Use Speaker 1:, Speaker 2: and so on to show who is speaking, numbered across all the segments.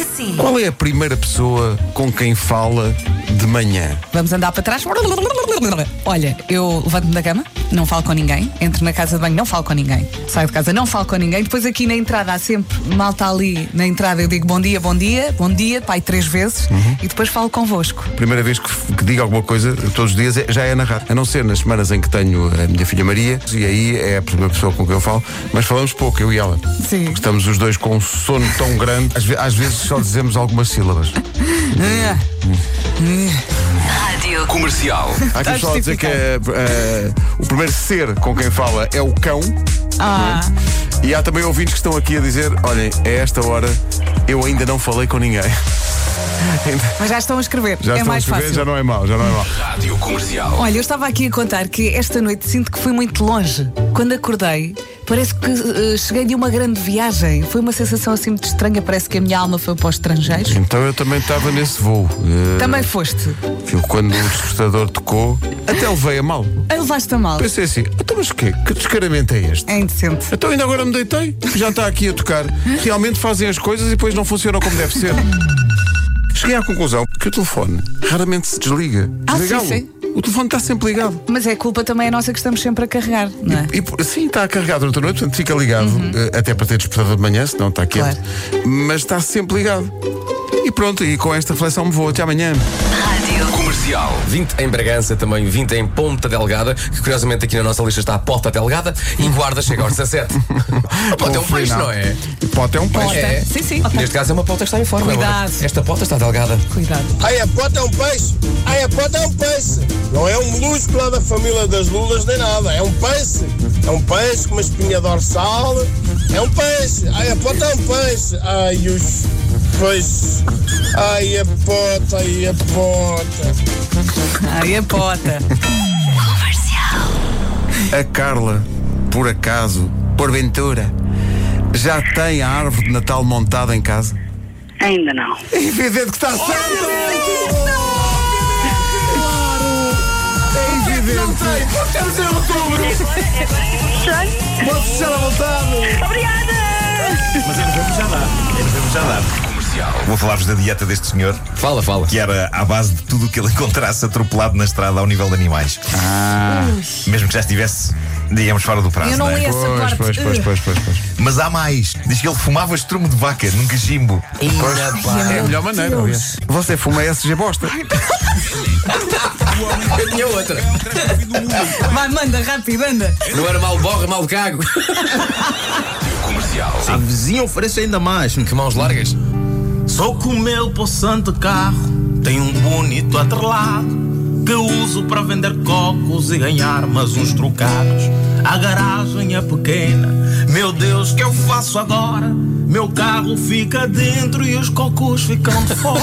Speaker 1: assim.
Speaker 2: Qual é a primeira pessoa com quem fala de manhã?
Speaker 3: Vamos andar para trás. Olha, eu levanto-me da cama, não falo com ninguém, entro na casa de banho, não falo com ninguém, saio de casa, não falo com ninguém. Depois aqui na entrada há sempre malta ali na entrada, eu digo bom dia, bom dia, bom dia, pai, três vezes,
Speaker 2: Uhum.
Speaker 3: e depois falo convosco.
Speaker 2: Primeira vez que, f- que digo alguma coisa todos os dias é- já é na rádio. A não ser nas semanas em que tenho a minha filha Maria, e aí é a primeira pessoa com quem eu falo, mas falamos pouco, eu e ela.
Speaker 3: Sim.
Speaker 2: Porque Estamos os dois com um sono tão grande, às, ve- às vezes só dizemos algumas sílabas.
Speaker 3: Ah,
Speaker 1: Rádio.
Speaker 4: Comercial.
Speaker 2: Há aqui pessoal a dizer que eh, eh, o primeiro ser com quem fala é o cão.
Speaker 3: ah,
Speaker 2: E há também ouvintes que estão aqui a dizer: olhem, a esta hora eu ainda não falei com ninguém.
Speaker 3: mas já estão a escrever,
Speaker 2: Já
Speaker 3: é
Speaker 2: estão a
Speaker 3: mais
Speaker 2: escrever,
Speaker 3: fácil.
Speaker 2: já não é mau, já não é mau.
Speaker 4: Rádio Comercial.
Speaker 3: Olha, eu estava aqui a contar que esta noite sinto que fui muito longe. Quando acordei, parece que eh, cheguei de uma grande viagem. Foi uma sensação assim muito estranha, parece que a minha alma foi para os estrangeiros.
Speaker 2: Então eu também estava nesse voo. eh,
Speaker 3: Também foste.
Speaker 2: Eu, quando o despertador tocou, até levei a mal.
Speaker 3: A levaste a mal.
Speaker 2: Pensei assim, então mas o quê? Que descaramento é este?
Speaker 3: É indecente.
Speaker 2: Então ainda agora me deitei, já está aqui a tocar. Realmente fazem as coisas e depois não funcionam como deve ser. Cheguei à conclusão que o telefone raramente se desliga.
Speaker 3: Ah, sim,
Speaker 2: Desligá-lo.
Speaker 3: sim.
Speaker 2: O telefone está sempre ligado.
Speaker 3: Mas é culpa também a nossa que estamos sempre a carregar, não é?
Speaker 2: E, por- sim, está a carregar durante a noite, portanto fica ligado, eh, até para ter despertador de manhã, senão está quieto. Mas está sempre ligado. E pronto, e com esta reflexão me vou. Até amanhã.
Speaker 1: Rádio.
Speaker 4: Comercial.
Speaker 5: 20 em Bragança, também 20 em Ponta Delgada, que curiosamente aqui na nossa lista está a Porta Delgada, e em Guarda chega aos 17. A Ponta é um
Speaker 2: Bom
Speaker 5: peixe,
Speaker 2: final.
Speaker 5: não é?
Speaker 2: Pode é um peixe.
Speaker 5: É.
Speaker 3: Sim, sim. Ok.
Speaker 5: Neste caso é uma ponta que está em forma.
Speaker 3: Cuidado.
Speaker 5: Esta ponta está delgada.
Speaker 3: Cuidado.
Speaker 6: Ai, a pota é um peixe. Ai, a pota é um peixe. Não é um molusco lá da família das lulas nem nada. É um peixe. É um peixe com uma espinha dorsal. É um peixe. Ai, a pota é um peixe. Ai, os peixes. Ai, a pota, ai, a pota.
Speaker 3: Ai, a é pota.
Speaker 2: A Carla, por acaso, porventura, já tem a árvore de Natal montada em casa?
Speaker 7: Ainda não.
Speaker 2: É evidente que está certo! É evidente! Posso fechar à vontade!
Speaker 7: Obrigada!
Speaker 8: Mas é nos vamos já dar. É nos vamos já dar. Vou falar-vos da dieta deste senhor,
Speaker 5: Fala, fala.
Speaker 8: que era à base de tudo o que ele encontrasse atropelado na estrada ao nível de animais. Mesmo que já estivesse, digamos, fora do prazo.
Speaker 3: Ah. Eu não
Speaker 5: né?
Speaker 8: é?
Speaker 3: li essa parte.
Speaker 2: Pois, pois, pois, pois, pois, pois.
Speaker 8: Mas há mais. Diz que ele fumava estrumo de vaca num cachimbo.
Speaker 5: Ainda
Speaker 2: É a
Speaker 5: bem.
Speaker 3: Ah,
Speaker 2: melhor maneira, aliás. Você fuma SG bosta.
Speaker 5: Eu tinha outra.
Speaker 3: Ugh. Vai, manda, rápido, anda.
Speaker 5: Não era mal borra, mal cago.
Speaker 4: Comercial.
Speaker 9: A vizinha oferece ainda mais.
Speaker 5: Que mãos largas.
Speaker 9: Sou como ele possante carro. Tem um bonito atrelado que uso para vender cocos e ganhar mais uns trocados. A garagem é pequena. Meu Deus, que eu faço agora? Meu carro fica dentro e os cocos ficam de fora.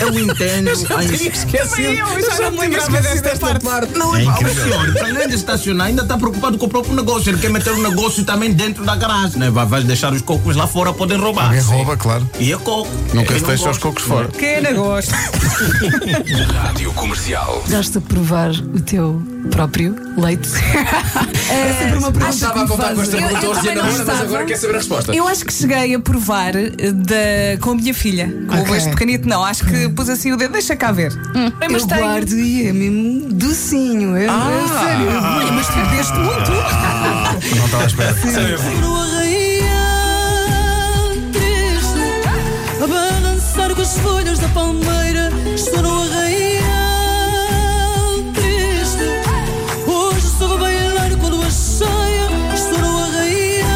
Speaker 9: Eu entendo a ins-
Speaker 5: Esqueci.
Speaker 3: Eu já não me lembrava desta parte.
Speaker 9: Não
Speaker 8: É
Speaker 9: é, pá, o
Speaker 8: incrível.
Speaker 9: senhor, para além de estacionar, ainda está preocupado com o próprio negócio. Ele quer meter o negócio também dentro da garagem, né? Vai, vai deixar os cocos lá fora, podem roubar.
Speaker 2: Alguém
Speaker 9: Sim.
Speaker 2: rouba, claro.
Speaker 9: E é coco.
Speaker 2: Nunca
Speaker 9: Eu
Speaker 2: se
Speaker 9: não
Speaker 2: deixa os
Speaker 9: gosto.
Speaker 2: cocos fora.
Speaker 3: Que é negócio.
Speaker 4: Rádio Comercial.
Speaker 10: Gosto de provar o teu próprio leite?
Speaker 3: É sempre uma
Speaker 5: Não estava a contar com esta
Speaker 3: Eu- eu
Speaker 5: pergunta hoje
Speaker 3: também não
Speaker 5: mas
Speaker 3: estava.
Speaker 5: agora quer saber a resposta.
Speaker 3: Eu acho que cheguei a provar eh, da- com a minha filha. Com o gosto pequenito, não. Acho que pus assim o dedo. Deixa cá ver. um Bem,
Speaker 10: Eu
Speaker 3: tem-
Speaker 10: guardo e é mesmo docinho. É, é sério.
Speaker 3: Ui, mas tu bebeste muito.
Speaker 2: Ah! Não estava à espera.
Speaker 10: No arraial triste A balançar com as folhas da palmeira Estou no arraial triste Hoje soube bailar com a lua cheia Estou no arraial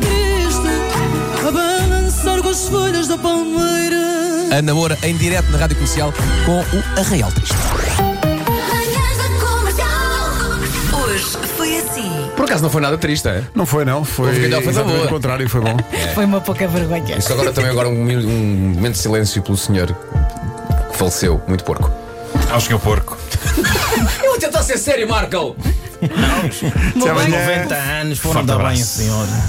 Speaker 10: triste A balançar com as folhas da palmeira
Speaker 5: A namora em direto na Rádio Comercial com o Arraial Triste.
Speaker 1: Hoje foi assim.
Speaker 5: Por acaso não foi nada triste, é?
Speaker 2: Não foi, não. Foi
Speaker 5: Houve quem não fez a
Speaker 2: exatamente
Speaker 5: boa.
Speaker 2: o contrário, foi bom.
Speaker 3: Foi uma pouca vergonha.
Speaker 5: Isso agora também agora um, minu- um momento de silêncio pelo senhor que faleceu, muito porco.
Speaker 8: Aos que é o porco.
Speaker 5: Eu vou tentar ser sério, Marco!
Speaker 2: Até amanhã.
Speaker 9: 90 anos, foram
Speaker 8: Forte
Speaker 9: dar bem
Speaker 8: abraço.
Speaker 9: a senhora.